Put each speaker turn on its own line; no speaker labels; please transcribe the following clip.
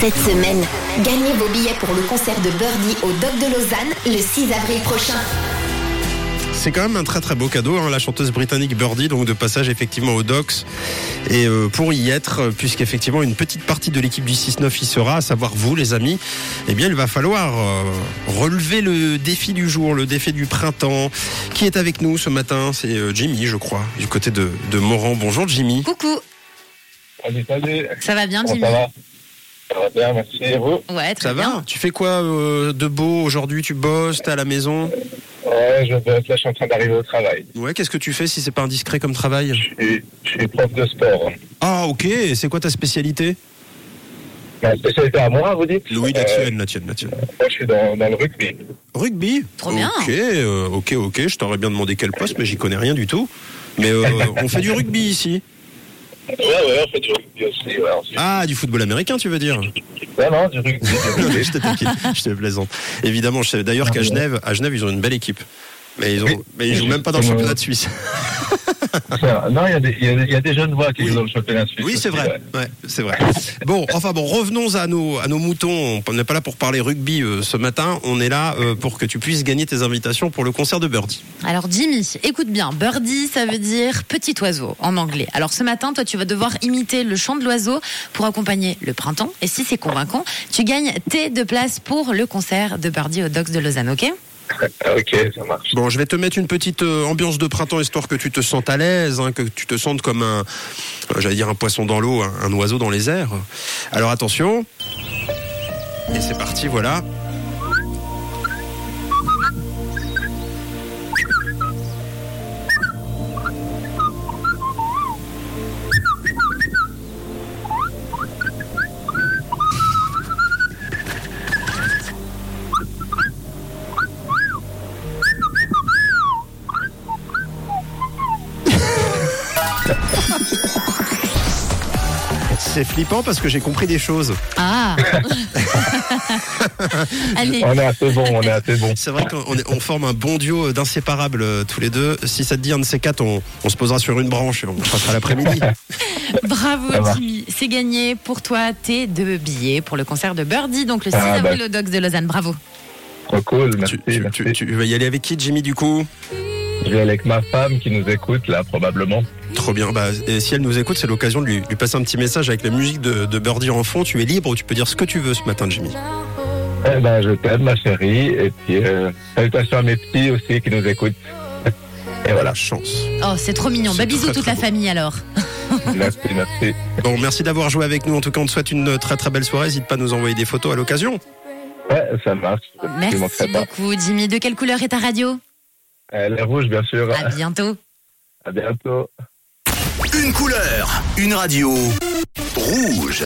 Cette semaine, gagnez vos billets pour le concert de Birdie au Doc de Lausanne le 6 avril prochain.
C'est quand même un très très beau cadeau, hein, la chanteuse britannique Birdie, donc de passage effectivement au Docks. Et euh, pour y être, euh, puisqu'effectivement une petite partie de l'équipe du 6-9 y sera, à savoir vous les amis, eh bien il va falloir euh, relever le défi du jour, le défi du printemps. Qui est avec nous ce matin C'est euh, Jimmy, je crois, du côté de, de Moran. Bonjour Jimmy.
Coucou,
Salut, salut.
ça va bien,
Comment
Jimmy
ça va Ça va bien, merci. Et vous
Ouais, très
Ça
bien.
va Tu fais quoi euh, de beau aujourd'hui Tu bosses T'es à la maison
Ouais, je bosse. Là, je suis en train d'arriver au travail.
Ouais, qu'est-ce que tu fais si c'est pas indiscret comme travail
Je suis, je suis prof de sport.
Ah ok, c'est quoi ta spécialité
Ma spécialité à moi, vous dites
Louis, la
Euh,
tienne, la tienne, la tienne.
Moi, je suis dans, dans le rugby.
Rugby
Trop bien.
Ok, euh, ok, ok, je t'aurais bien demandé quel poste, mais j'y connais rien du tout. Mais euh, on fait du rugby ici.
Ouais, ouais, on fait du rugby aussi. Ouais, on se-
Ah, du football américain, tu veux dire
Ouais, non, du rugby. du rugby.
Je te taquine, je te plaisante. Évidemment, je sais d'ailleurs qu'à Genève, à Genève, ils ont une belle équipe. Mais ils, ont, mais ils jouent même pas dans le championnat de Suisse.
Ça, non, il y, a des- il y a des- il y a des jeunes voix qui jouent dans le championnat suisse.
Oui, c'est
aussi,
vrai.
ouais.
Ouais, c'est vrai. Bon, enfin bon, revenons à nos, à nos moutons. On n'est pas là pour parler rugby euh, ce matin. On est là euh, pour que tu puisses gagner tes invitations pour le concert de Birdie.
Alors Jimmy, écoute bien, birdie, ça veut dire petit oiseau en anglais. Alors ce matin, toi, tu vas devoir imiter le chant de l'oiseau pour accompagner le printemps. Et si c'est convaincant, tu gagnes tes deux places pour le concert de Birdie au Docks de Lausanne, ok
Ah, Ok, ça marche.
Bon, je vais te mettre une petite euh, ambiance de printemps histoire que tu te sentes à l'aise, hein, que tu te sentes comme un, euh, j'allais dire un poisson dans l'eau, hein, un, un oiseau dans les airs. Alors attention. Et c'est parti, voilà. C'est flippant parce que j'ai compris des choses.
Ah Allez,
On est assez bon, on est assez bon.
C'est vrai qu'on est- on forme un bon duo d'inséparables euh, tous les deux. Si ça te dit, un de ces quatre, on, on se posera sur une branche et on passera l'après-midi.
Ça
bravo
va.
Jimmy, c'est gagné pour toi tes deux billets pour le concert de Birdie, donc le 6
Ah, bah.
avril au Docks de Lausanne. Bravo
Trop cool, merci.
tu, tu- tu-
merci.
tu vas y aller avec qui, Jimmy, du coup
Je vais aller avec ma femme qui nous écoute, là, probablement.
Trop bien. Bah, et si elle nous écoute, c'est l'occasion de lui, lui passer un petit message avec la musique de, de Birdie en fond. Tu es libre, tu peux dire ce que tu veux ce matin, Jimmy.
Eh ben, je t'aime, ma chérie. Et puis, euh, salutations à mes petits aussi qui nous écoutent. Et voilà.
Voilà, chance.
Oh, c'est trop mignon.
C'est
Bah, bisous
très,
toute
très
la
beau.
famille alors.
Merci, merci.
Bon, merci d'avoir joué avec nous. En tout cas, on te souhaite une très très belle soirée. N'hésite pas à nous envoyer des photos à l'occasion.
Ouais, ça marche. Je
Merci
manquerai pas.
beaucoup, Jimmy. De quelle couleur est ta radio
Euh, les rouges, bien sûr.
À bientôt.
À bientôt.
Une couleur, une radio. Rouge.